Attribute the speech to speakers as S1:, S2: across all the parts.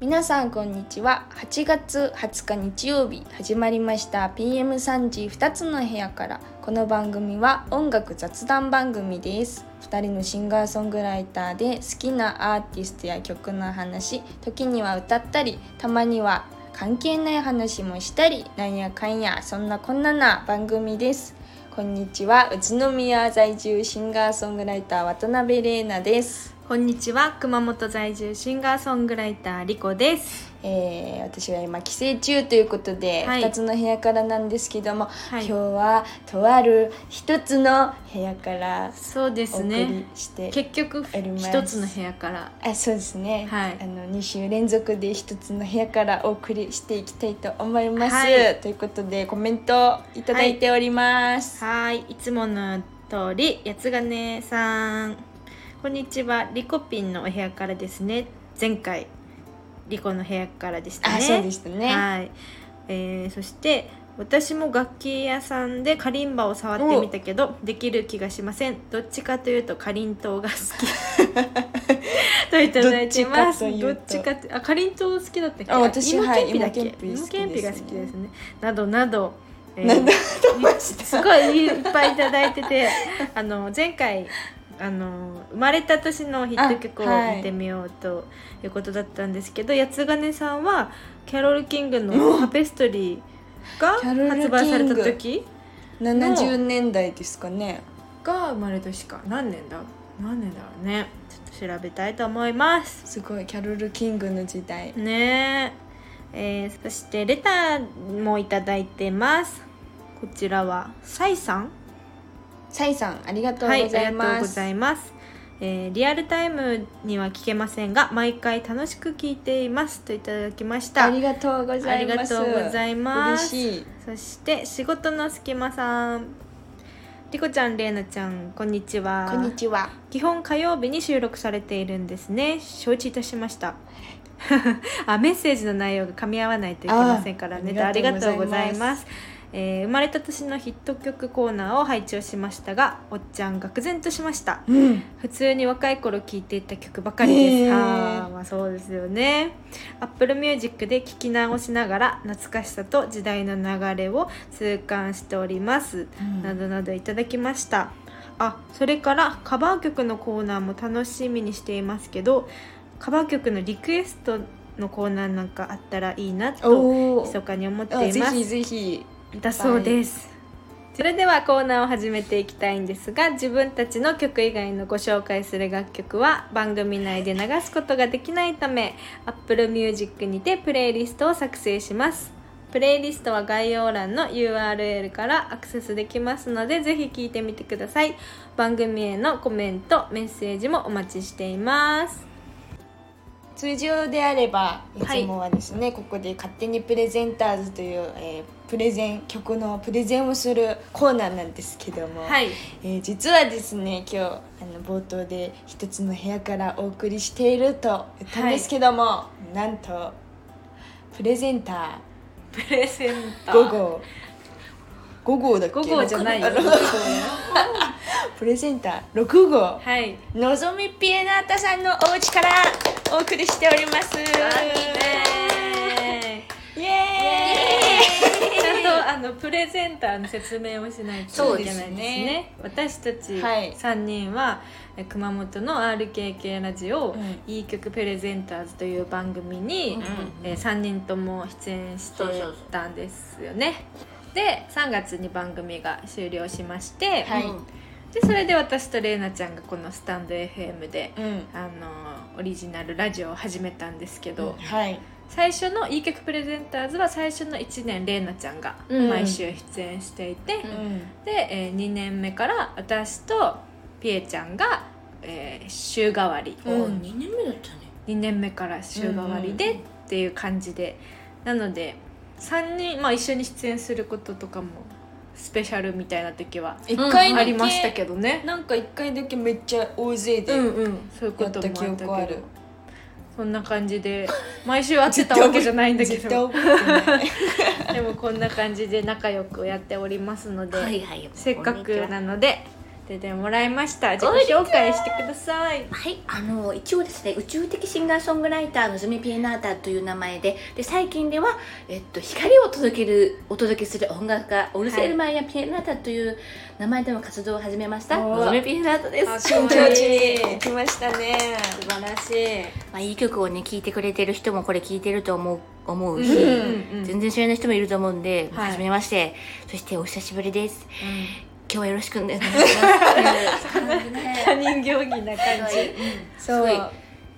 S1: 皆さんこんにちは8月20日日曜日始まりました PM3 時2つの部屋からこの番組は音楽雑談番組です2人のシンガーソングライターで好きなアーティストや曲の話時には歌ったりたまには関係ない話もしたりなんやかんやそんなこんなな番組ですこんにちは宇都宮在住シンガーソングライター渡辺玲奈です
S2: こんにちは熊本在住シンガーソングライターリコです
S1: えー私は今帰省中ということで、
S2: はい
S1: 2つの部屋からなんですけども、
S2: い
S1: 今日はとある1つの部屋から
S2: そうで
S1: お
S2: す
S1: 送り
S2: ね
S1: して、
S2: 結局
S1: あります
S2: 一つの部屋から
S1: あそうですね、
S2: はい
S1: あの2週連続で1つの部屋からお送りしていきたいと思います、
S2: はい
S1: ということでコメントいただいております、
S2: はいいつもの通り八ヶ根さんこんにちはリコピンのお部屋からですね前回リコの部屋からでしたね
S1: あそうでしたね
S2: はい、えーそして私も楽器屋さんでカリンバを触ってみたけどできる気がしませんどっちかというとかりんとうが好き といただいてます
S1: ど
S2: ど
S1: っ
S2: っ
S1: ち
S2: ち
S1: か
S2: かってあかりんとう好きだったっけ
S1: あ私
S2: 芋
S1: は
S2: け
S1: い
S2: んぴだっけ
S1: 芋けんぴ好きですね
S2: 芋けんぴが好きですねなどなど、えー
S1: なんだ
S2: すごいいっぱいいただいて てあの前回あの生まれた年のヒット曲を
S1: あはい
S2: 見てみようということだったんですけど、八ヶ根さんはキャロル・キングの「タペストリー」が
S1: キャロル
S2: 発売された
S1: キング
S2: 時
S1: 70年代ですかね
S2: が生まれ年か何年だ何年だろうねちょっと調べたいと思います
S1: すごいキャロル・キングの時代
S2: ねええーそしてレターもいただいてますこちらはサイさん
S1: サイさんありがとう
S2: は
S1: ご
S2: い、あ
S1: ざい
S2: りがとう
S1: ま
S2: ご
S1: す、
S2: ざいます。えーリアルタイムには聞けませんが、毎回楽しく聞いていますといただきました。
S1: ありがとうございます。
S2: ありがとうございます
S1: 嬉しい。
S2: そして仕事の隙間さん、リコちゃん、レイナちゃん、こんにちは。
S1: こんにちは。
S2: 基本火曜日に収録されているんですね。承知いたしました。 あ、メッセージの内容が噛み合わないといけませんからね。
S1: あ
S2: あ
S1: あり
S2: り
S1: が
S2: が
S1: と
S2: と
S1: う
S2: う
S1: ご
S2: ご
S1: ざ
S2: ざ
S1: い
S2: い
S1: ま
S2: ますす。えー生まれた年のヒット曲コーナーを配置をしましたが、おっちゃん愕然としました。
S1: うん。
S2: 普通に若い頃聴いていた曲ばかりです、
S1: へー
S2: あーまあそうですよね Apple Music で聴き直しながら懐かしさと時代の流れを痛感しております、などなどいただきましたあそれからカバー曲のコーナーも楽しみにしていますけどカバー曲のリクエストのコーナーなんかあったらいいなと
S1: おお。
S2: 密かに思って
S1: あ
S2: い
S1: ぜ
S2: ます
S1: ひぜひ。
S2: だそうですそれではコーナーを始めていきたいんですが自分たちの曲以外のご紹介する楽曲は番組内で流すことができないため Apple Music にてプレイリストを作成しますプレイリストは概要欄の URL からアクセスできますのでぜひ聴いてみてください番組へのコメントメッセージもお待ちしています
S1: 通常であればい
S2: はい
S1: つもはですね、ここで勝手にプレゼンターズという、えープレゼン曲のプレゼンをするコーナーなんですけども、
S2: はい
S1: えー実はですね今日あの冒頭で一つの部屋からお送りしていると言ったんですけども、なんとプレゼンタ
S2: プレゼン
S1: ー5号5号だっけ
S2: 5号じゃないよ
S1: あの プレゼンター6号
S2: はい
S1: のぞみピエナータさんのお家からお送りしておりますイエーイ
S2: ちゃんとあのプレゼンターの説明をしない
S1: そ
S2: と
S1: う
S2: い
S1: で
S2: け
S1: す
S2: ないですね
S1: ね
S2: 私たち
S1: はい
S2: 3人は、え熊本の RKK ラジオ、
S1: うん
S2: いい曲プレゼンターズという番組に、
S1: うんうんうん
S2: え3人とも出演してたんですよねで3月に番組が終了しまして、
S1: はい
S2: でそれで私と玲奈ちゃんがこのスタンド FM で、
S1: うん
S2: あのオリジナルラジオを始めたんですけど、
S1: はい
S2: 最初の「いい曲プレゼンターズ」は最初の1年玲奈ちゃんが
S1: うん
S2: 毎週出演していて、
S1: うん
S2: で、え2年目から私とピエちゃんが、えー週替わり、
S1: うん
S3: 2年目だったね
S2: 2年目から週替わりで
S1: うん
S2: っていう感じで、なので3人、まあ、一緒に出演することとかもスペシャルみたいな時は
S1: 一回だけ
S2: ありましたけどね。
S1: なんか一回だけめっちゃ大勢で、
S2: うんうん、そういうこともあった
S1: やった記
S2: けど
S1: 憶ある
S2: そんな感じで毎週会ってたわけじゃないんだけ
S1: 絶対
S2: ど
S1: 覚えてない
S2: でもこんな感じで仲良くやっておりますので、
S3: はいはい
S2: せっかくなのでてでもらいました自己紹介してください
S3: はい、あの一応ですね宇宙的シンガーソングライターのズミピエナータという名前でで最近では、えっと、光を届けるお届けする音楽家オルセエルマイやピエナータという名前での活動を始めました
S2: おー
S3: のぞみピエナータです
S2: 新境地に
S3: ま
S2: 来ましたね素晴らし
S3: あ、いい曲をね聴いてくれてる人もこれ聴いてると思う思う
S2: い
S3: し、
S2: うんうん
S3: 全然知らない人もいると思うんで、
S2: はい
S3: 初めましてそしてお久しぶりです今日はよろしくお 願いします っていう感じ
S2: 他
S3: で
S2: 人行儀な感
S3: す
S2: じ
S3: ごい
S1: そう
S3: すごい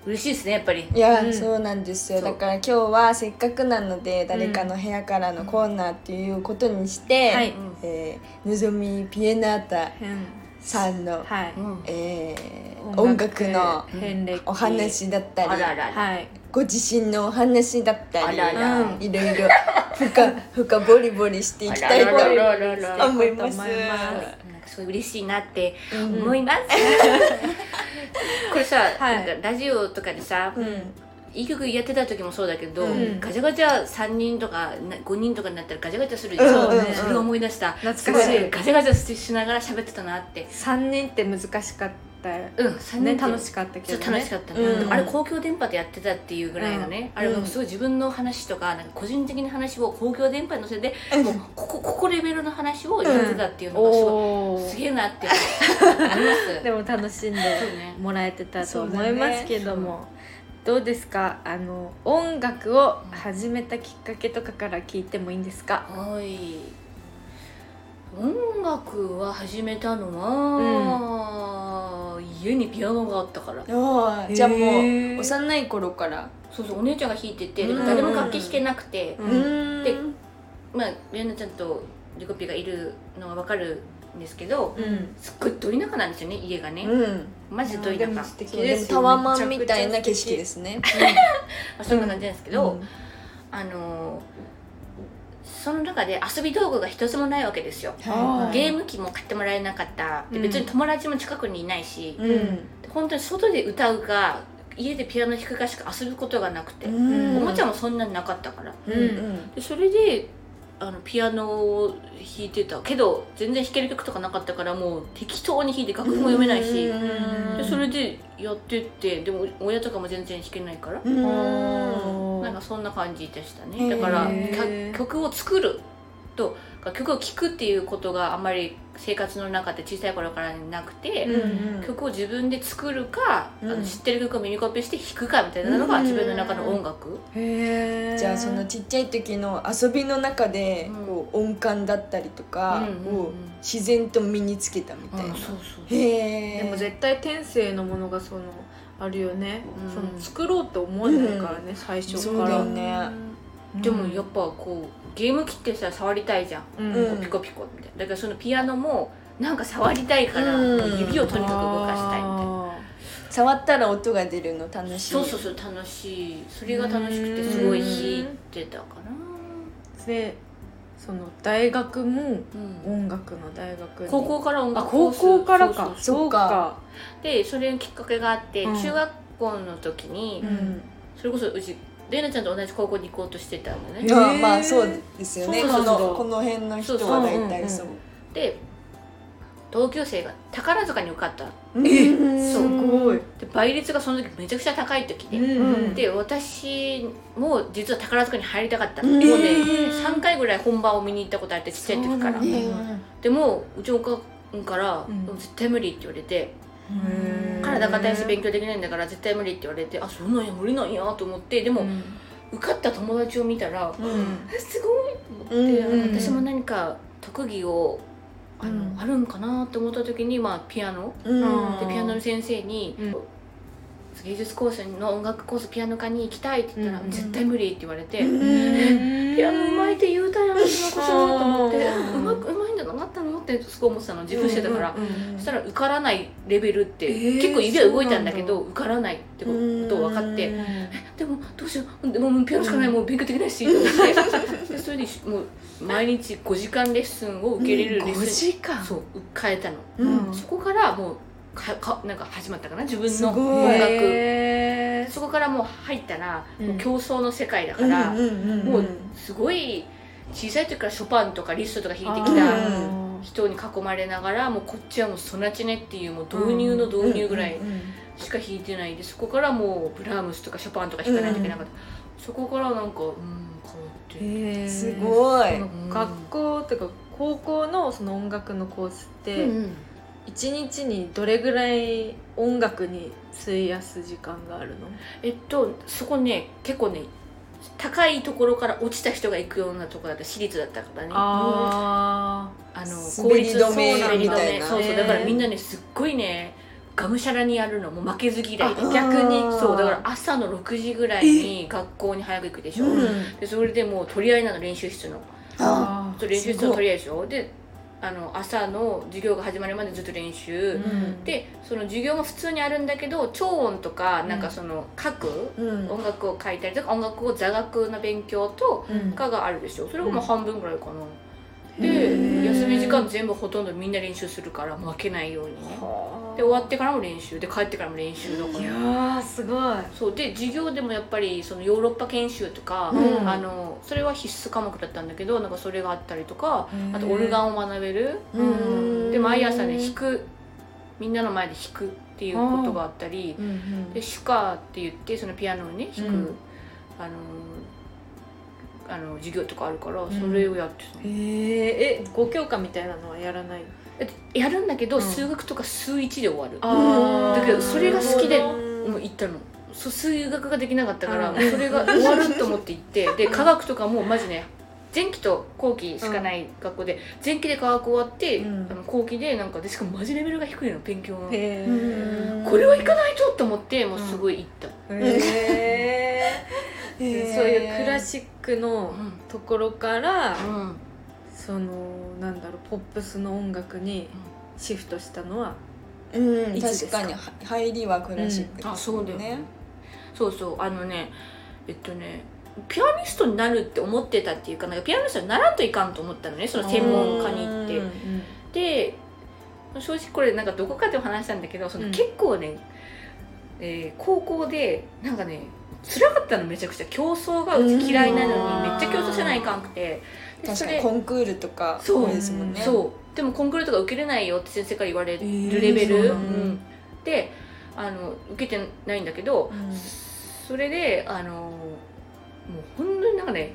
S3: 嬉しいですねやっぱり
S1: いや、
S2: うん
S1: そうなんですよ
S3: そう
S1: だから今日はせっかくなので誰かの部屋からのコーナーっていうことにして、
S2: はい
S1: えーのぞみピエナータ
S2: うん
S1: さんの、
S2: はい
S3: うん
S1: えー音楽の
S2: 遍歴
S1: お話だったり
S3: あらあらあら
S2: はい
S1: ご自身のお話だったり
S3: あら
S2: ら
S1: うんいろいろ深深ボリボリしていきたいと
S3: あらあらあら
S1: 思います。
S3: なんかすごい嬉しいなって
S1: うん
S3: 思います。これさ、
S2: はい
S3: なんかラジオとかでさ、
S1: うん
S3: いい曲やってた時もそうだけど、
S1: うん
S3: ガチャガチャ3人とかな5人とかになったらガチャガチャするじゃん
S1: そう
S2: ね
S3: それを思い出した
S2: 懐
S3: す
S2: か
S3: ご
S2: しい
S3: いガチャガチャしながら喋ってたなって
S2: 三人って難しかったよ
S3: うん3
S2: ね
S3: 人
S2: 楽しかったけ
S3: ちょ
S2: ど
S3: っ
S2: ね
S3: と楽しかったね、
S1: うん
S3: あれ公共電波でやってたっていうぐらいのね、
S1: うん
S3: あれもすごい自分の話とかなんか個人的な話を公共電波に乗せて、もうここここレベルの話をやってたっていうのがすごい、
S2: おー
S3: すげえなって思います。
S2: でも楽しんで
S3: そうね
S2: もらえてたと思いますけども、どうですかあの音楽を始めたきっかけとかから聞いてもいいんですか、
S3: はい。音楽は始めたのは、家にピアノがあったから。
S1: あーじゃあも
S2: へ
S1: う
S2: ー
S1: 幼い頃から。
S3: そうそう、お姉ちゃんが弾いてて、
S1: うん
S3: 誰も楽器弾けなくて、
S2: う
S1: うんん
S3: でまあ、レナちゃんとリコピがいるのはわかるんですけど、
S2: うん
S3: すっごいど田舎なんですよね、家がね。
S1: うん
S3: マジでど田舎。
S2: 素敵
S1: そうでもタワマンみたいな景色ですね。
S3: まあ、そんな感じなんですけど、あのーその中で遊び道具が一つもないわけですよ。
S1: は
S3: ゲーム機も買ってもらえなかった。で別に友達も近くにいないし、
S1: うん
S3: 本当に外で歌うか家でピアノ弾くかしか遊ぶことがなくて、
S1: うん
S3: おもちゃもそんなになかったから
S1: うん
S3: でそれであのピアノを弾いてたけど全然弾ける曲とかなかったからもう適当に弾いて楽譜も読めないし、
S1: うん
S2: ん
S3: でそれでやってってでも親とかも全然弾けないから、
S1: うん
S3: なんかそんな感じでした
S1: へ
S3: ね
S1: ー
S3: だからきゃ曲を作るとか曲を聴くっていうことがあんまり生活の中で小さい頃からなくて、
S1: うんうん
S3: 曲を自分で作るか、あ
S1: う
S3: の
S1: ん
S3: 知ってる曲を耳コピーして弾くかみたいなのが
S1: うん
S3: 自分の中の音楽、
S2: へー
S1: じゃあそのちっちゃい時の遊びの中で
S3: うん
S1: こう音感だったりとか
S3: うんうんう
S1: を
S3: ん
S1: 自然と身につけたみたいな。
S3: そうそう
S1: へえ。
S2: でも絶対天性のものがそのあるよね、
S3: うん
S2: その作ろうって思わないからね、最初
S1: そう
S2: か
S1: だ
S2: ら、
S1: よね。
S3: でもやっぱこうゲーム機ってさ触りたいじゃん、
S2: うん
S1: うん
S3: ピコピコみたいなだからそのピアノもなんか触りたいから、
S1: うん
S3: 指をとにかく動かしたいみたいな
S2: あ
S1: 触ったら音が出るの楽しい。
S3: そうそうそう楽しいそれが楽しくてすごい弾いてたかな
S2: ーでその大学も
S3: うん
S2: 音楽の大学に
S3: 高校から音
S2: あ
S3: 楽
S2: 高校から
S3: そうそ
S2: か
S3: う
S1: そうか
S3: でそれのきっかけがあって、
S2: うん
S3: 中学校の時に、
S2: うん
S3: それこそうち玲奈ちゃんと同じ高校に行こうとしてたんだね
S2: え
S1: まあまあそうですよね。
S3: そう
S1: こ
S3: そうそう
S1: のこの辺の人は大体そう。
S3: で同級生が宝塚に受かった
S1: え
S3: そう
S2: ごい
S3: で倍率がその時めちゃくちゃ高い時で、
S1: うん
S3: で私も実は宝塚に入りたかった、
S1: うん
S3: もうね
S1: え
S2: ー
S3: 3回ぐらい本番を見に行ったことあってちっちゃい時から、
S2: そうなんだ
S3: でもうちのお母さんから、
S2: うん
S3: 絶対無理って言われて
S2: うん
S3: 体が大して勉強できないんだから絶対無理って言われてあそんなんや無理なんやと思ってでも、
S2: うん
S3: 受かった友達を見たら
S1: うん
S3: えすごいと思って、
S1: うん
S2: うん
S3: 私も何か特技をあの、
S1: うん
S3: あるんかなと思った時に、まあ、ピアノ
S1: うん
S3: でピアノの先生に、
S2: うん
S3: 芸術コースの音楽コースピアノ科に行きたいって言ったら、
S2: うん
S3: 絶対無理って言われて、
S1: うん
S3: ピアノうまいって言うたやん今こそと思って
S2: うん
S3: うまくうまいんだなったのってすごい思ってたの自負してたから、
S2: うん
S3: そしたら受からないレベルって、
S2: えー
S3: 結構指は動いたんだけど受からないってことを分かって、
S1: うん
S3: でもどうしようでももうピアノしかない、
S2: うん
S3: もう勉強できないしと思ってでそれでもう毎日5時間レッスンを受けれるレ
S1: 5
S3: ッスン、
S1: 時間
S3: そう変えたの、
S1: うん
S3: そこからもうかかなんか始まったかな自分
S1: す
S3: の
S1: ごい
S3: 音楽
S2: へー
S3: そこからもう入ったら、
S2: うん
S3: もう競争の世界だから、
S1: うんうんうん
S3: もうすごい小さい時からショパンとかリストとか弾いてき
S1: あ
S3: た
S1: ー
S2: うん
S3: 人に囲まれながらもうこっちはもうソナチネっていうもう導入の導入ぐらい
S1: うんうんうん
S3: しか弾いてないでそこからもうブラームスとかショパンとか弾かないといけなかった、そこからなんかうん変わって
S2: へー
S1: すごい
S2: その学校っていうか高校のその音楽のコースって
S3: うんうん
S2: 一日にどれぐらい音楽に費やす時間があるの
S3: えっとそこね結構ね高いところから落ちた人が行くようなとこだった私立だったからね
S2: あ
S3: あの
S1: 滑り止め
S3: 公
S2: そうなんだ
S3: 立の滑り止めそうそ
S2: へ
S3: う
S2: ー
S3: だからみんなねすっごいねがむしゃらにやるのもう負けず嫌いで
S1: あ
S3: 逆に
S1: あー
S3: そうだから朝の6時ぐらいに学校に早く行くでしょ、
S1: うん
S3: でそれでもう取り合いなの練習室の
S1: あ
S2: あ
S3: そう練習室の取り合いでしょであの朝の授業が始まるまでずっと練習、
S2: うん
S3: でその授業も普通にあるんだけど超音とかなんかその書く、
S1: うん
S3: 音楽を書いたりとか音楽を座学の勉強と
S1: うん
S3: 科があるでしょそれがもう半分ぐらいかな、
S1: へー
S3: で休み時間全部ほとんどみんな練習するから負けないようにねで終わってからも練習で帰ってからも練習だか
S2: いや
S3: ら
S2: ーすごい
S3: そうで授業でもやっぱりそのヨーロッパ研修とか、
S1: うん
S3: あのそれは必須科目だったんだけどなんかそれがあったりとかあと
S1: へー
S3: オルガンを学べる
S1: うん
S3: で毎朝ね弾くみんなの前で弾くっていうことがあったり
S1: うんうん
S3: でシュカーって言ってそのピアノをね弾く、
S1: うん
S3: あのあの授業とかあるからそれをやってたね
S2: えー、え5教科みたいなのはやらない
S3: だってやるんだけど、
S2: うん
S3: 数学とか数1で終わる
S1: あー
S3: だけどそれが好きで
S2: なるほ
S3: もう行ったのそう数学ができなかったから、
S2: うん
S3: もうそれが終わると思って行ってで科学とかもマジね前期と後期しかない学校で、前期で科学終わって、
S1: うん
S3: あの後期でなんかでしかもマジレベルが低いの勉強の
S2: どへー
S3: これは行かないとと思ってもうすごい行った、
S2: へ
S1: そう
S2: ーそういうクラシックの
S3: う
S2: ところから
S3: んうん
S2: そのなんだろうポップスの音楽にシフトしたのは
S1: うん
S2: いつです
S1: 確
S2: か
S1: かには入りはクラシックですよね、
S3: あそうだよねそうそうあのねえっとねピアニストになるって思ってたっていうかなんかピアニストにならんといかんと思ったのねその専門家に行って
S1: うん
S3: で正直これなんかどこかでも話したんだけどその
S2: うん
S3: 結構ね、えー高校でなんかね辛かったのめちゃくちゃ競争がうち嫌いなのに
S2: うん
S3: めっちゃ競争せないかんくてで
S1: 確
S3: そ
S1: かに
S3: れ
S1: コンクールとか
S3: そう
S1: 多いですもんね
S3: そうでもコンクールとか受けれないよって先生から言われ
S1: えー
S3: るレベル、
S1: そうな
S3: うん
S1: だ
S3: んであの受けてないんだけど、
S1: うん
S3: それであのもう本当になんかね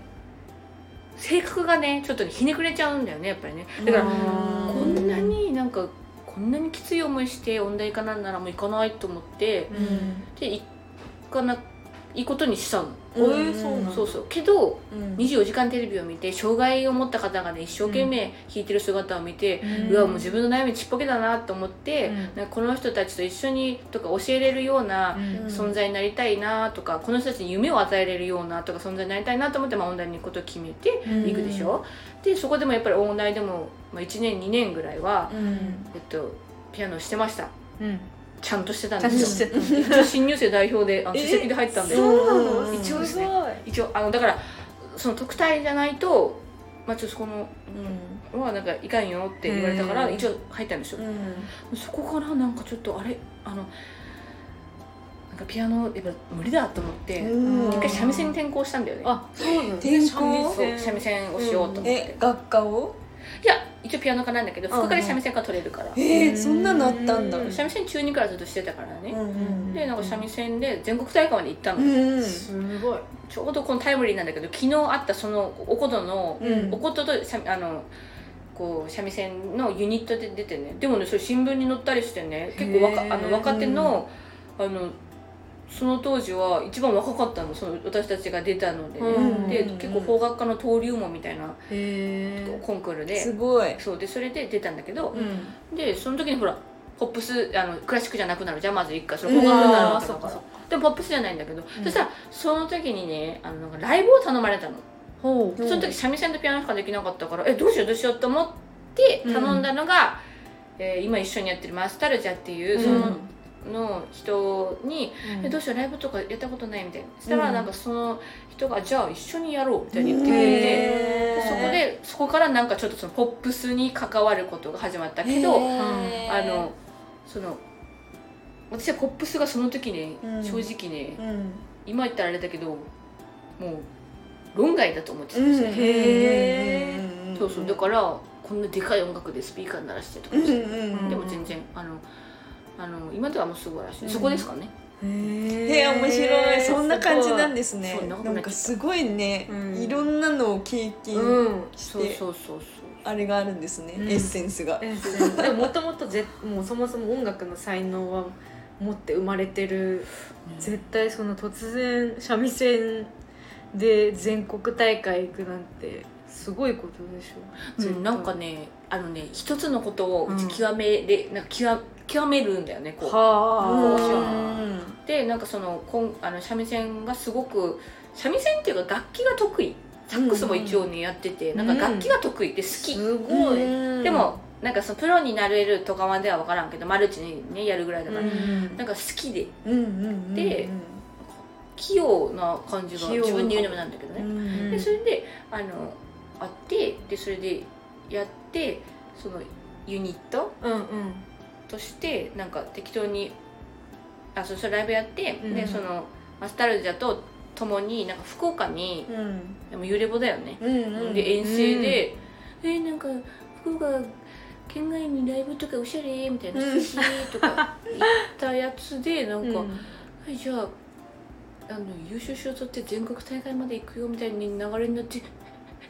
S3: 性格がねちょっとねひねくれちゃうんだよねやっぱりねだから
S1: う
S3: こ
S1: ん
S3: んなになんかこんなにきつい思いして音大行かなんならもう行かないと思って
S1: うん
S3: で行かないことにしたの、
S1: うん
S2: えーそうなんだ
S3: そうそうけど
S1: うん
S3: 24時間テレビを見て障害を持った方がね一生懸命弾いてる姿を見て、
S1: う
S3: うんわもう自分の悩みちっぽけだなと思って、
S2: うん
S3: なんかこの人たちと一緒にとか教えれるような
S1: うん
S3: 存在になりたいなとか、この人たちに夢を与えれるようなとか存在になりたいなと思って、まあ、音大に行くことを決めて行くでしょ、でそこでもやっぱり音大でも、まあ、1年2年ぐらいは、
S1: うん
S3: えっと、ピアノしてました
S2: うん
S3: ちゃんとしてたん
S2: ちゃ
S3: で
S2: んと
S3: す
S2: して
S3: よ
S2: たんだ
S3: 一応新入生代表であの
S2: え
S3: 首席で入ったんで
S2: そうな
S1: う
S2: の
S1: ん
S3: 一応ですね
S2: ごい
S3: 一応あのだからその特待じゃないと、まあ、ちょっとそこの「はなんかいかんよ」って言われたから
S2: へー
S3: 一応入ったんですよ
S1: うんうん
S3: そこからなんかちょっとあれあのなんかピアノやっぱ無理だと思って、
S1: うん
S3: 一回三味線に転校したんだよね
S2: あそうなの
S1: 転校
S3: そう三味線をしようと思って、
S1: え学科を
S3: いや一応ピアノ科なんだけど副科で三味線科取れるから
S1: えー、そんなのあったんだ
S2: うん
S3: 三味線中2からずっとしてたからね、
S1: うん
S3: でなんか三味線で全国大会まで行ったの、
S1: うん
S2: すごい
S3: ちょうどこのタイムリーなんだけど昨日あったそのおことの、
S1: うん
S3: おことと三あのこう三味線のユニットで出てねでもねそれ新聞に載ったりしてね結構
S2: へ
S3: 若
S2: ー
S3: あの若手のあのその当時は一番若かったのその私たちが出たのでね、
S2: うん
S3: で
S1: うん
S3: 結構邦楽家の登竜門みたいな
S2: へえ
S3: コンクール
S1: す
S3: で
S1: ごい
S3: そうでそれで出たんだけど、
S1: ん
S3: でその時にほらポップスあのクラシックじゃなくなるじゃんまず一回それ邦楽になる
S2: うんあ
S3: わけだから、
S2: ーそっかそっ
S3: でもポップスじゃないんだけど、
S2: うん
S3: そしたらその時にねあのなんかライブを頼まれたの、
S2: ほう
S1: うん
S3: その時三味線とピアノしかできなかったからえどうしようどうしようと思って頼んだのが、えー今一緒にやってるマスタルジャっていうその,、の人に、えどうしようライブとかやったことないみたいなそした
S1: う
S3: ら
S1: ん
S3: なんかその人がじゃあ一緒にやろうみたいに言ってくれて。
S1: へ
S3: でそこ
S1: ー
S3: でそこからなんかちょっとそのポップスに関わることが始まったけど
S1: へー
S3: あのその私はポップスがその時ね、
S1: うん
S3: 正直ね
S1: うん
S3: 今言ったらあれだけどもう論外だと思ってた
S1: うん
S3: です
S1: ん
S3: よ、
S2: へー
S1: うんんんん
S3: そうそうだからここんなでかい音楽でスピーカー鳴らしてとか
S1: うん
S3: して、
S1: うん
S3: でも全然あのあの今ではもうすごいらしい、
S1: うん
S3: そこですかね
S1: へえ面白いそんな感じなん
S2: で
S1: ですね
S3: そうなんか
S1: なんかすごいね、
S2: うん
S1: いろんなのを経験
S2: うん
S1: し
S3: そう
S1: て、
S3: そうそうそう
S1: あれがあるんですね、
S2: うん
S1: エッセンスが、
S2: えそうでももともとぜもうそもそも音楽の才能は持って生まれてる
S3: うん
S2: 絶対その突然三味線で全国大会行くなんてすごいことでしょ
S3: うん、なんか
S2: ね
S3: ねあのね一つのことを
S2: うん
S3: 極めれ、なんか極極めるんだよねこう
S2: はあ
S1: うん
S3: でなんかそのこんあの三味線がすごく三味線っていうか楽器が得意サックスも一応ね、やっててなんか楽器が得意って好き、
S2: すごい、
S1: うん
S3: でもなんかそのプロになれるとかまでは分からんけどマルチにねやるぐらいだか
S1: う
S3: ら、
S1: ん
S3: なんか好きで
S1: うんうんうん
S3: で器用な感じが
S2: 器用
S3: 自分で言うのもなんだけど
S1: う
S3: ね、
S1: ん
S3: でそれであのあってでそれでやってそのユニット
S2: うんうん
S3: としてなんか適当にあそうそうライブやって、
S2: うん
S3: でそのマスタルジャと共になんか福岡に
S1: うん
S3: でも幽霊ボだよね、
S1: うんうん
S3: で遠征で、えーなんか福岡県外にライブとかおしゃれみたいな
S1: うん
S3: 寿司とか行ったやつでなんか、はい、じゃああの優勝賞取って全国大会まで行くよみたいに流れになって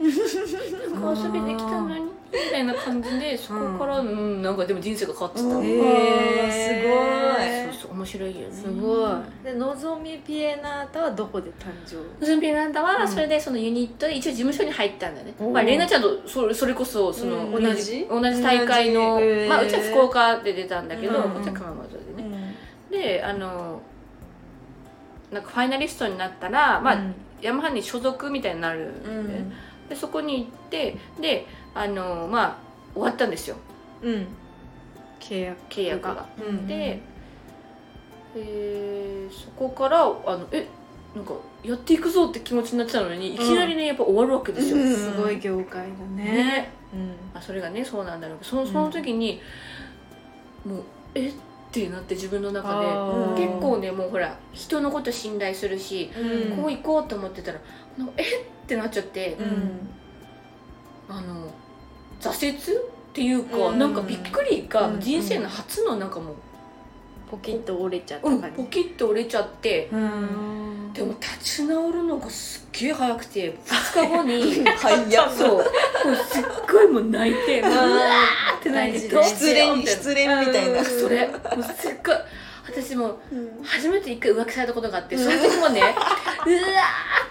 S3: なんか遊びできたのにみたいな感じでそこから、うん、なんかでも人生が変わってた、
S1: うん
S3: そう
S1: へえー
S3: そう面白いよね
S2: すごいすごいでのぞみピエナータはどこで誕生
S3: ズンピランダは
S2: うん
S3: それでそのユニットで一応事務所に入ったんだよね、
S2: おー
S3: まあ、レナちゃんとそれそれこそその
S2: うん
S3: 同じ,、
S2: 同
S3: 同じ大会の
S2: 同じ
S3: まあ、うちは福岡で出たんだけど、
S2: うん
S3: こっちは熊本で
S1: う
S3: ね、
S1: ん
S3: であのなんかファイナリストになったら、まあヤマハに所属みたいになるんだ
S1: う
S3: よね、
S1: ん
S3: でそこに行ってであのまあ終わったんですよ
S2: うん契約
S3: 契約が。
S2: うん
S3: で、えーそこからあのえなんかやっていくぞって気持ちになってたのにいきなりねやっぱ終わるわけですよ。
S1: うん
S2: すごい業界だね
S3: ね
S2: うん
S3: あそれがねそうなんだろうけどそのその時に、もうえってなって自分の中で
S2: あ
S1: ー
S3: 結構ねもうほら人のこと信頼するし、
S1: うん
S3: こう行こうと思ってたらなんかえってなっちゃって、
S1: うん
S3: あの挫折っていうか、
S1: うん
S3: なんかびっくりが、
S1: うん
S3: 人生の初のなんかもう、
S2: ポキッと折れちゃった
S3: うん
S2: 感じ
S3: ポキッと折れちゃって、
S2: うん
S3: でも立ち直るのがすっげえ早くて2日後に
S1: はいや
S3: そうもうすっごいもう泣いてうわーって泣いてどう
S1: 失
S3: しようみ
S1: 恋
S3: たいな
S1: 失恋 みたいな
S2: うん
S3: それもうすっごい私も
S1: うん
S3: 初めて一回浮気されたことがあってその時も ねうわーっ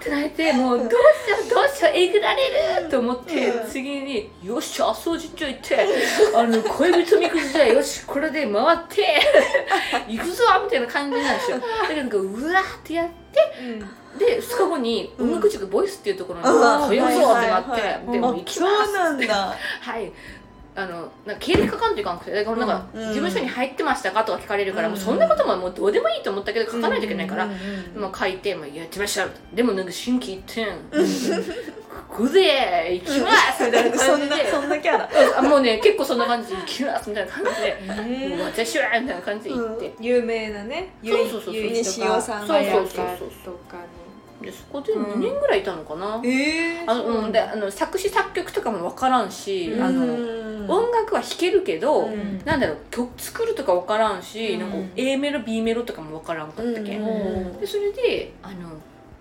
S3: て泣いてもうどうしようどうしようえぐられると思って
S1: うん
S3: 次に「よっしゃ浅草神社行ってあの恋人みくじだよしこれで回って 行くぞ!」みたいな感じなんですよだけどなんかうわーってやってで2日後に
S1: うん
S3: 音口がボイスっていうところに「
S1: あー
S3: 通うぞ!」ってなって
S1: はいはい
S2: はい
S3: でも行
S1: あ
S3: き
S1: そ
S3: ます
S1: うなんだ
S3: はい。あのなんか経歴書かんといかんくてだからなんか、
S1: うん
S3: 事務所に入ってましたかとか聞かれるから、
S2: うん
S3: もうそんなことももうどうでもいいと思ったけど書かないといけないから、
S1: うん
S3: まあ、書いて、まあ、やってましたでもなんか新規一点ここで行きますみたいな
S1: そ
S3: 感じ
S1: ん
S3: で
S1: なそんなキャラ
S3: あもうね結構そんな感じで行きますみたいな感じでもう私はみたいな感じで行って、
S2: 有名なねゆ
S3: そうそうそうそう
S2: い
S1: 西尾さん
S2: とか
S3: そうそうそうそう
S2: とか
S3: でそこで2年ぐらいいたのかな、
S1: え
S3: あのうん、であの作詞作曲とかも分からんし、
S2: うん
S3: あの音楽は弾けるけど、
S2: の
S1: うん
S3: なんだろう曲作るとか分からんし、
S2: うん
S3: なんか A メロ B メロとかも分からんかったけ、、
S1: うんん
S3: でそれであの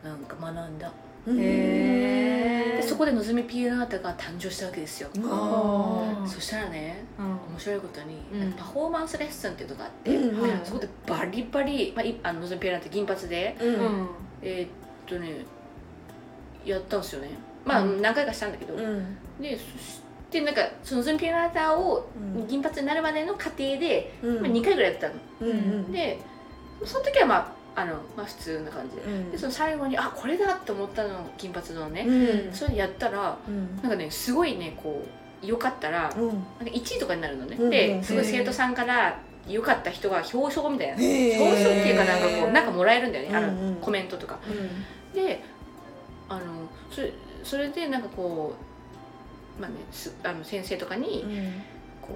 S3: なんか学んだ
S2: へ
S3: で
S2: ー
S3: そこでのぞみピエナータが誕生したわけですよ、
S2: あ
S3: そしたらね
S2: うん
S3: 面白いことに、
S2: うん
S3: パフォーマンスレッスンっていうのがあって、
S1: うん
S2: はい
S3: そこでバリバリ、まあ、いあののぞみピエナータ銀髪で
S1: うん
S3: えーっとねやったんですよねまあ、
S2: うん
S3: 何回かしたんだけど、
S1: うん
S3: でそしてなんかそののぞみピエナータを銀髪になるまでの過程で、
S1: うん
S3: まあ、2回ぐらいやったの。
S1: うんうん
S3: でその時はまああの、まあ、普通な感じで
S1: うん
S3: でその最後にあこれだと思ったの金髪のね、
S1: うん
S3: それやったら
S1: うん
S3: なんかねすごいねこうよかったらなんか
S1: うん
S3: 1位とかになるのね、
S1: うんうん
S3: ですごい生徒さんからよかった人が表彰みたいな表
S1: へー
S3: 彰っていうかなんかこ
S2: へー
S3: うなんかもらえるんだよねあ
S1: うんうん
S3: のコメントとかであのそれそれでなんかこうまあねすあの先生とかに
S1: うん
S3: こ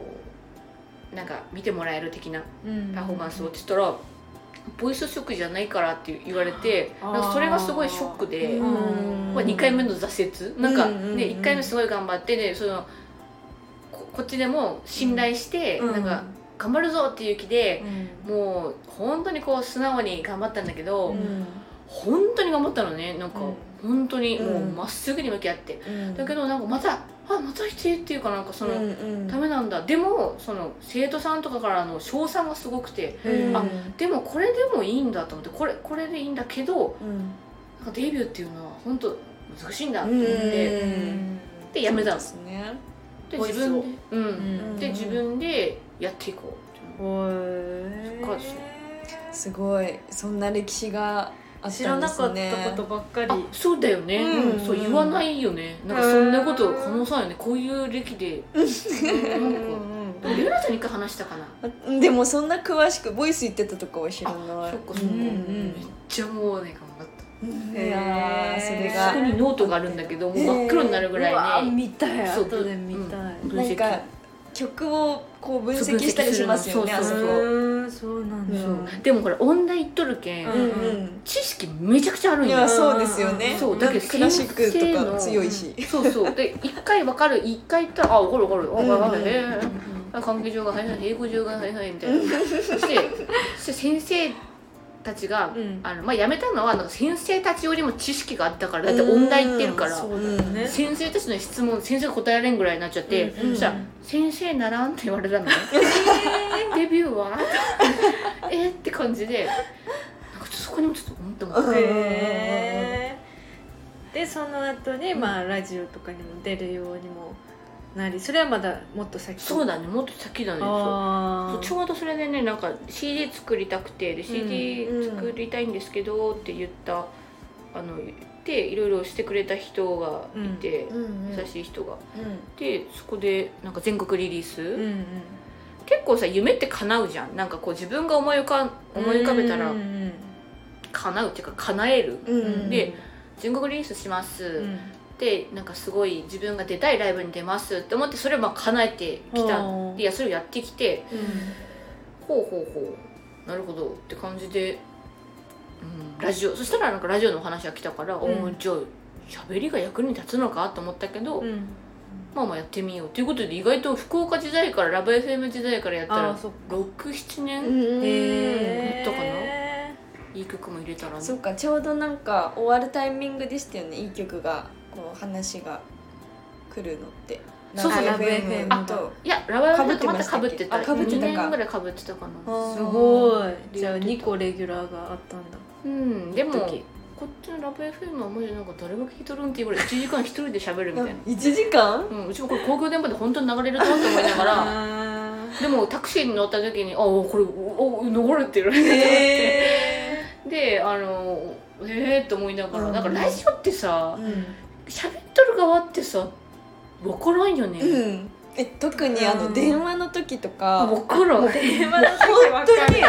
S3: うなんか見てもらえる的な
S2: うん
S3: パフォーマンスをって言ったら、ボイス色じゃないからって言われて
S2: あー
S3: なんかそれがすごいショックで、
S2: うん
S3: まあ、2回目の挫折なんか、ね
S1: うんうんうん
S3: 1回目すごい頑張ってねそのこっちでも信頼して、
S2: うん
S3: なんか頑張るぞっていう気で、
S1: う
S3: もう本当にこう素直に頑張ったんだけど、
S2: うん
S1: ん
S3: 本当に頑張ったのねなんか、
S1: うん
S3: 本当にもう
S1: うん
S3: まっすぐに向き合って、
S1: うん
S3: だけどなんかまたあまた否定っていうかなんかその、
S1: うんうん
S3: ダメなんだでもその生徒さんとかからの称賛がすごくて
S1: うん
S3: あでもこれでもいいんだと思ってこれこれでいいんだけど
S1: うん
S3: なんかデビューっていうのは本当難しいんだと
S1: う
S3: 思っ
S1: ん
S3: て、
S1: うん
S3: でやめたの
S1: そうですね
S3: で自分で、うん
S1: うん
S3: で自分でやっていこう
S2: お
S3: そっからです
S1: すごいそんな歴史があったんですね
S2: 知らなかったことばっか
S3: あ
S2: り
S3: そうだよね、
S1: うん
S3: そう言わないよねなんかそんなこと可能さんよねこういう歴で
S1: うん
S3: でもレオナさんに一回話したかな
S1: うんでもそんな詳しくボイス言ってたとかは知らない
S3: そっかそっか、
S1: うん
S3: めっちゃもうね頑張った
S1: うん
S2: へー
S1: いやーそれ
S3: そ
S1: が
S3: こにノートがあるんだけどもう真っ黒になるぐ
S2: うわ
S3: らいね
S2: 見たい
S3: そう
S2: 後で見たい、
S3: うん分
S1: なん
S3: 析
S1: か曲をこう分析したりしますよね
S3: そ
S1: あ
S3: う
S1: そ
S3: そ
S1: こ
S3: う
S2: うーんそうなんだ、
S1: うん
S3: でもこれ音大行っとるけん、
S2: う
S1: うんうん
S3: 知識めちゃくちゃあるん
S1: いや
S3: よ
S1: そうですよね
S3: そうだけど
S1: クラシック
S3: 先生
S1: と
S3: の
S1: か強いし
S3: そうそうで一回わかる一回言ったら「あ分かる分かる分かる分かる」えー
S2: う
S3: あ関係上が「はいはい英語上がはいはい」みたいなそしてそして先生たちが、
S2: うん
S3: あのまあ、辞めたのはあの先生たちよりも知識があったからだって音大行ってるから
S2: そうだよね
S3: 先生たちの質問先生が答えられんぐらいになっちゃって、
S2: うん
S3: そしたら「先生ならん」って言われ たのね「えーデビューは? 」えーって感じでなんかちょっとそこにもちょっとうんと思って
S1: うん
S2: へーでその後にまあラジオとかにも出るようにもなりそれはまだもっと先
S3: そうだねもっと先だねそう
S2: あ
S3: そ
S2: ー
S3: うちょうどそれでねなんか CD 作りたくてで CD
S1: うん
S3: 作りたいんですけどって言った、あの言っていろいろしてくれた人がいて、優しい人がでそこでなんか全国リリース、
S2: うんうん
S3: 結構さ夢って叶うじゃんなんかこう自分が思い浮か思い浮かべたら
S2: うんうん
S3: 叶うっていうか叶える
S1: うん
S2: うん
S3: で全国リリースします、
S2: うん
S3: でなんかすごい自分が出たいライブに出ますって思ってそれをまあ叶えてきた
S2: おー
S3: でいやそれをやってきて
S1: うん
S3: ほうほうほうなるほどって感じで、うん、ラジオそしたらなんかラジオのお話が来たから、お
S2: うん
S3: ーじゃあ喋りが役に立つのかと思ったけど、
S2: うん
S3: まあまあやってみようということで意外と福岡時代からラブ FM 時代からやった
S2: あー
S3: ら
S2: そっか
S3: 67
S2: へ
S3: 年、
S2: ー
S3: やったかないい曲も入れたら
S1: そっかちょうどなんか終わるタイミングでしたよねいい曲がこう話が来るのって
S3: そうそう
S1: ラブ
S2: ラブ FM
S1: FM と
S3: いやラバーブとまたか
S1: 被
S3: ぶ
S1: っ
S3: っ
S1: て
S3: てた
S1: ましたっけあ被ってたか
S3: 2年ぐらいかぶってたかな
S2: す
S1: い
S2: ごいじゃあ2個レギュラーがあったんだ
S3: うんでも
S2: 時
S3: こっちのラブ FM はマジでなんか誰が聞き取るんっていうぐらい1時間一人で喋るみたいな
S1: 1時間
S3: うん、うちもこれ公共電波で本当に流れると思って思いな がら
S2: あ
S3: でもタクシーに乗った時に「あこれおお流れてる」
S2: ー
S3: って
S2: へ
S3: であのええー、と思いながら、
S1: うん
S3: なんかラジオってさ
S1: うん
S3: 喋っとる側ってさ分からんよね、
S1: うんえ特にあ
S2: う
S1: の
S2: ん
S1: 電話の時とか
S3: 分からん
S2: ー電話だけでわかる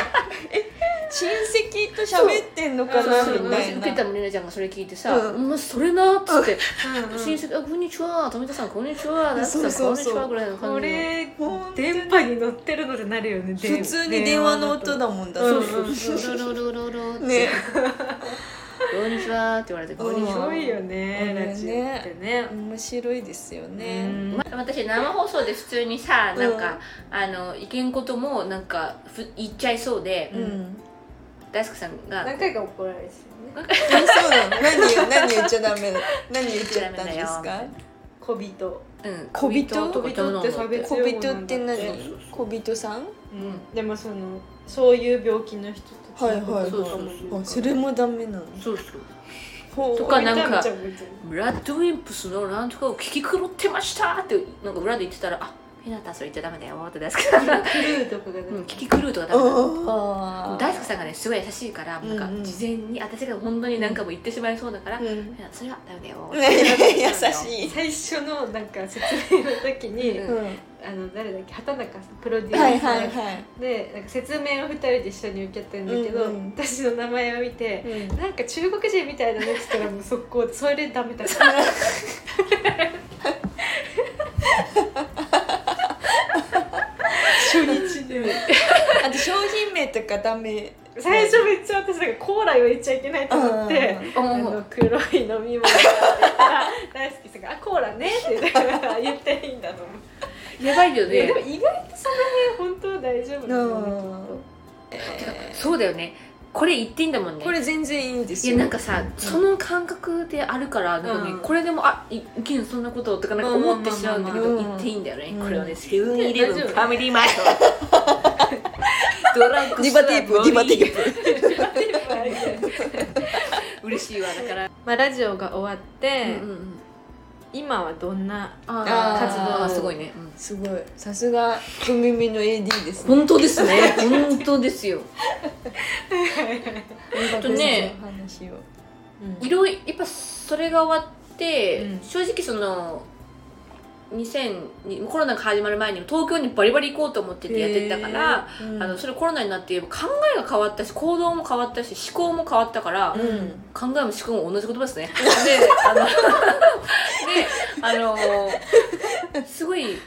S1: 親戚と喋ってんのかな
S3: そう
S1: みたい
S3: 受けた
S1: な
S3: もりなちゃんがそれ聞いてさ「
S1: う
S3: まあ、それな」っつって
S2: うんうん
S3: 親戚「あこんにちは富田さんこんにちは」なんつ
S1: そう
S3: って
S1: そ
S3: こん
S1: う
S3: にち
S1: そう
S3: は」ぐらいの
S2: こ
S3: 感じで
S2: れ
S1: ほん
S2: 電波に乗ってるのでなるよねで
S1: 普通に電話の音だもんだ
S2: 電話
S1: そ
S2: だ
S1: う
S2: と
S1: そ
S2: うんうん
S3: 「ルルルルル」っ
S1: う
S3: て
S1: ね
S3: 「こんにちは」って言われて「こんにち
S2: す
S3: は
S2: ごいよ」ね
S1: うん
S2: ラジオってね
S1: 面白いですよ
S2: う
S1: ね
S2: ん
S3: ま私生放送で普通にさなんか、あのいけんこともなんかふ言っちゃいそうで、
S1: うん、
S3: 大輔さんが
S2: 何回か怒られるしね
S1: えそうなの何を何言っちゃダメだ何言っちゃったんです
S3: ダメだ
S1: か
S3: よ
S2: 小人
S3: 「うん
S1: 小人
S3: とかダメなん
S2: 小人
S3: だ
S2: って差別
S1: 小人って何
S2: そう
S3: そ
S1: 小
S3: う
S1: 人さん
S3: ん
S2: でもそのそういう病気の人たちの
S1: はいはい
S2: ことかも言うから
S1: あそれもダメなの
S3: そうそう
S1: ほう
S3: とかなんか
S2: めちゃめちゃ
S3: ブラッドウィンプスのなんとかを聞き狂ってましたってなんか裏で言ってたら「あひなたそれ言っちゃダメだよ」って大輔さんが
S2: 狂うとかがね
S3: うん、聞き狂うとかダメだ
S1: あ
S3: 大輔さんがねすごい優しいからなんか
S1: うんうん
S3: 事前に私が本当に何かも言ってしまいそうだから「
S1: ん、う
S3: いやそれはダメだよ」
S1: ん、 優
S3: い
S1: しい、
S2: 最初のなんか説明の時に、
S3: うん
S1: うん
S2: あの誰だっけ畑中さんプロデューサー、
S1: はいはいはい。
S2: でなんか説明を2人で一緒に受けたんだけど、
S1: うんうん
S2: 私の名前を見て、
S1: うん
S2: なんか中国人みたいだねって言ったらもう速攻それでダメだから初日で
S1: あと商品名とかダメ。
S2: 最初めっちゃ私なんかコーラを言っちゃいけないと思って。あの黒い飲み物があったら大好きさんが「あコーラね」って言って言っていいんだと思って
S3: やばいよ
S2: いやでも
S3: ね
S2: 意外とその辺本当は大丈夫なんだよね
S3: そうだよねこれ言っていいんだもん
S2: きっ
S3: ね
S2: とこれ全然いいんです
S3: い
S2: よ
S3: やなんかさ、その感覚であるからなんかね、
S2: うん
S3: これでもあいいけんそんなこととかなんか思ってしまうんだけど、
S1: うん
S3: 言っていいんだよね、
S1: うん
S3: これはねセブンイレブン
S2: 大丈
S3: フ
S2: 夫
S3: ァミリーマ ートドラッグストア
S1: ディバテープディバ
S3: 嬉しいわだから、
S2: まあ、ラジオが終わって、
S3: うんうんうん
S2: 今はどん な
S3: あ
S1: 活動
S3: あすごいね、うん
S1: すごいさすが小耳の AD ですね
S3: 本当です ね本当ですよ
S1: 音楽
S3: とね
S1: の話を
S3: いろいろやっぱそれが終わって、
S2: うん
S3: 正直その2000コロナが始まる前にも東京にバリバリ行こうと思っててやってたから、あのそれコロナになって考えが変わったし行動も変わったし思考も変わったから、
S1: うん
S3: 考えも思考も同じ言葉ですね。で、あの、で、 あの、すごい、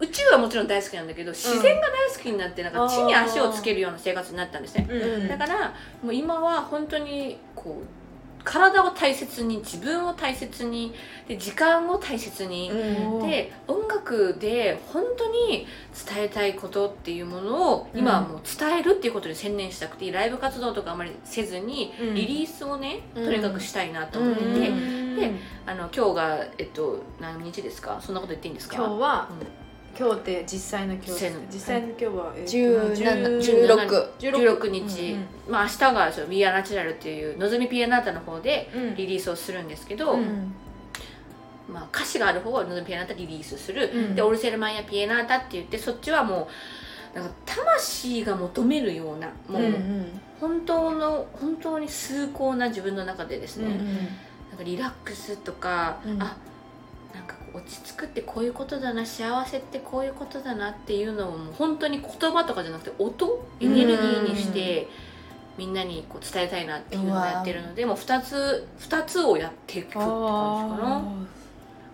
S3: 宇宙はもちろん大好きなんだけど、自然が大好きになって、なんか地に足をつけるような生活になったんですね。
S2: うん
S3: だから、もう今は本当に、こう、体を大切に、自分を大切に、で、時間を大切に、
S1: うん
S3: で音楽で本当に伝えたいことっていうものを今はもう伝えるっていうことに専念したくて、ライブ活動とかあまりせずに、
S2: うん
S3: リリースをね
S1: うん
S3: とにかくしたいなと思ってて、
S1: うんうん
S3: であの今日が、えっと、何日ですかそんなこと言っていいんですか
S2: 今日は、
S3: うん
S2: 今日って実際の今日ですね
S3: 実
S2: 実際の今日は、え
S1: 17 16
S3: 16日、
S2: うんうん
S3: まあ、明日がそう「We Are Natural」っていうのぞみピエナータの方でリリースをするんですけど、
S2: う
S1: うん
S3: まあ、歌詞がある方はのぞみピエナータリリースする、
S2: うん
S3: でオルセルマンやピエナータって言ってそっちはもうなんか魂が求めるようなもう、
S2: うん
S3: 本当の本当に崇高な自分の中でですね、
S2: うん
S3: なんかリラックスとか、
S1: うん
S3: あなんかこう落ち着くってこういうことだな幸せってこういうことだなっていうのをもう本当に言葉とかじゃなくて音エネルギーにして、みんなにこう伝えたいなっていうのをやってるのでもう2つ2つをやっていくって感じかな。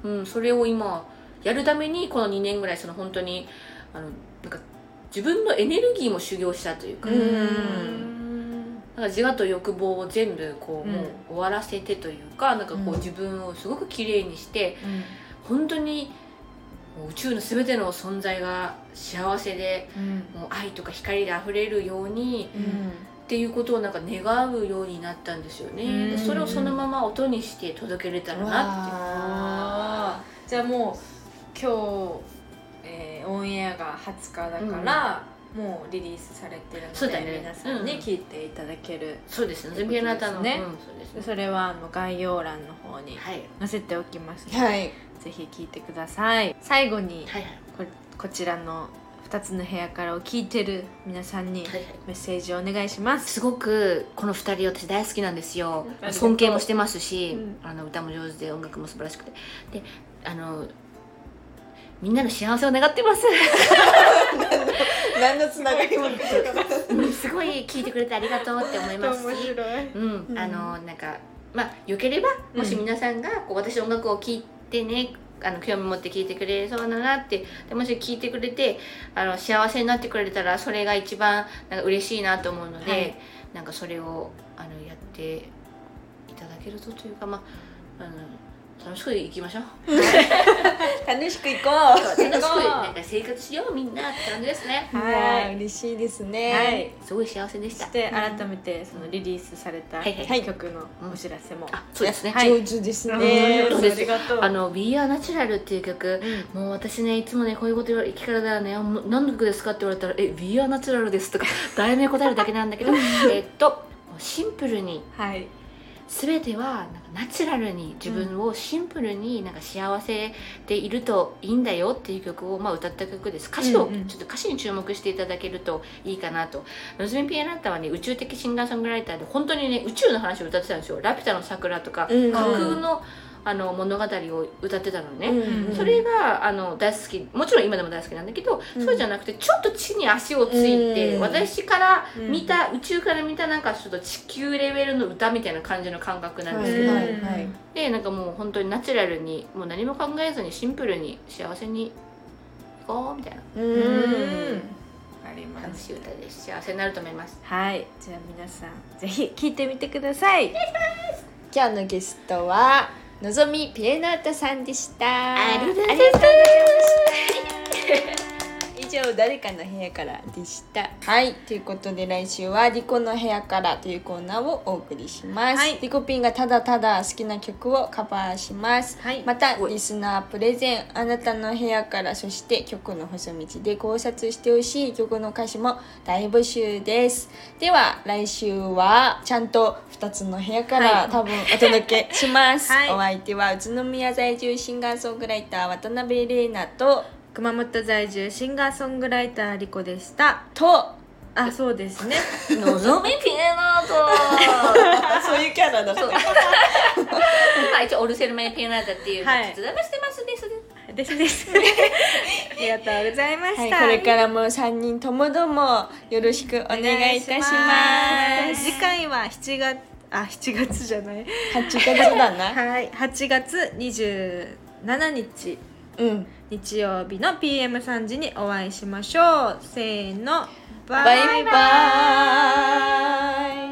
S3: うん、それを今やるためにこの2年ぐらいその本当にあのなんか自分のエネルギーも修行したというか,、
S1: うん
S3: なんか自我と欲望を全部こう、
S2: うん
S3: もう終わらせてというかなんかこ
S1: う
S3: うん自分をすごく綺麗にして本当にもう宇宙の全ての存在が幸せでもう愛とか光で溢れるようにっていうことをなんか願うようになったんですよね、
S2: うん
S3: でそれをそのまま音にして届けれたらなっていう
S2: あーじゃあもう今日、えーオンエアが20日だから、もうリリースされてるので
S3: そうだね
S2: 皆さんに
S3: うん
S2: 聞いていただける、
S3: そうですね
S2: ってことですね
S3: 全ピアナータの、うん、そうですね
S2: それはあの概要欄の方に
S3: はい
S2: 載せておきますので、
S1: はい
S2: ぜひ聞いてください最後に
S3: はいはい
S2: ここちらの2つの部屋からを聞いてる皆さんに
S3: はいはい
S2: メッセージをお願いします
S3: すごくこの2人私大好きなんですよ
S2: ありがとう
S3: 尊敬もしてますし、
S2: うん
S3: あの歌も上手で音楽も素晴らしくてであのみんなの幸せを願ってます
S1: 何のつながりもない
S3: うんすごい聞いてくれてありがとうって思いますし
S2: い
S3: うん、
S1: うん
S3: あのなんかまあよければもし皆さんがこう私の音楽を聴いてねあの興味持って聴いてくれそうだなってでもし聴いてくれてあの幸せになってくれたらそれが一番なんか嬉しいなと思うので、
S2: はい
S3: なんかそれをあのやっていただけるとというかまああの楽しくいきまし ょう
S1: 楽しく行こ
S3: 楽しくなんか生活しようみんなって感じですね
S1: う
S2: はい
S1: はい嬉しいです
S2: は
S1: ね
S2: い
S3: すごい幸せでし
S2: そ
S3: た
S2: して改めてそのリリースされた
S3: はいはい
S1: はい
S2: 曲のお知らせも、
S3: あそうですね
S2: はい
S1: 上手です
S2: ね
S1: ね
S3: そうです
S2: がと
S3: あの「We Are Natural」っていう曲、もう私ねいつもねこういうこと言われ生き方だよねもう何の曲ですかって言われたら「え We are natural です」とか題名答えるだけなんだけどえっともうシンプルに
S2: はい
S3: 全てはなんかナチュラルに自分をシンプルになんか幸せでいるといいんだよっていう曲をまあ歌った曲です歌詞を、
S2: うんうん
S3: ちょっと歌詞に注目していただけるといいかなとロズミピアナッタはね宇宙的シンガーソングライターで本当にね宇宙の話を歌ってたんですよ「ラピュタの桜」とか、
S1: うん
S3: 架空のあの物語を歌ってたのね、
S2: うん
S3: それがあの大好きもちろん今でも大好きなんだけど、
S1: うん
S3: そうじゃなくてちょっと地に足をついて、
S1: うん
S3: 私から
S2: うん
S3: 見た、宇宙から見たなんかちょっと地球レベルの歌みたいな感じの感覚なんですけど、
S2: うん
S1: はいはい
S3: でなんかもう本当にナチュラルにもう何も考えずにシンプルに幸せに行こうみたいな
S1: う
S2: うん
S1: ん
S2: ありま
S3: 楽
S2: す
S3: しい歌です幸せになると思います
S2: はいじゃあ皆さんぜひ聞いてみてください
S1: 今日のゲストはのぞみピエナータさんでした
S3: ありがとうござい
S1: あ
S3: ます
S1: りがとうございました以上誰かの部屋からでしたはいということで来週は「リコの部屋から」というコーナーをお送りします、
S2: はい
S1: リコピンがただただ好きな曲をカバーします、
S2: はい
S1: またリスナープレゼンあなたの部屋からそして曲の細道で考察してほしい曲の歌詞も大募集ですでは来週はちゃんと2つの部屋から、
S2: はい
S1: 多分お届 けします、
S2: はい
S1: お相手は宇都宮在住シンガーソングライター渡辺玲奈と
S2: 熊本在住シンガーソングライターリコでした
S1: と
S2: あそうで すね
S3: のぞみピエナー
S1: あそういうキャラだった。
S3: ト まあ一応オルセルマイピエナータっていう
S2: はい
S3: 活動はしてますですね
S2: ですですありがとうございま
S1: は
S2: し
S1: い、
S2: た、
S1: これからも三人ともどもよろしくお
S2: お
S1: 願いいたしま
S2: 願いします
S1: す。
S2: 次回は7月あ7月じゃない
S1: 八月だな。
S2: はい8月27日
S1: うん。
S2: 日曜日の PM3 時にお会いしましょうせーの
S1: バイバイ。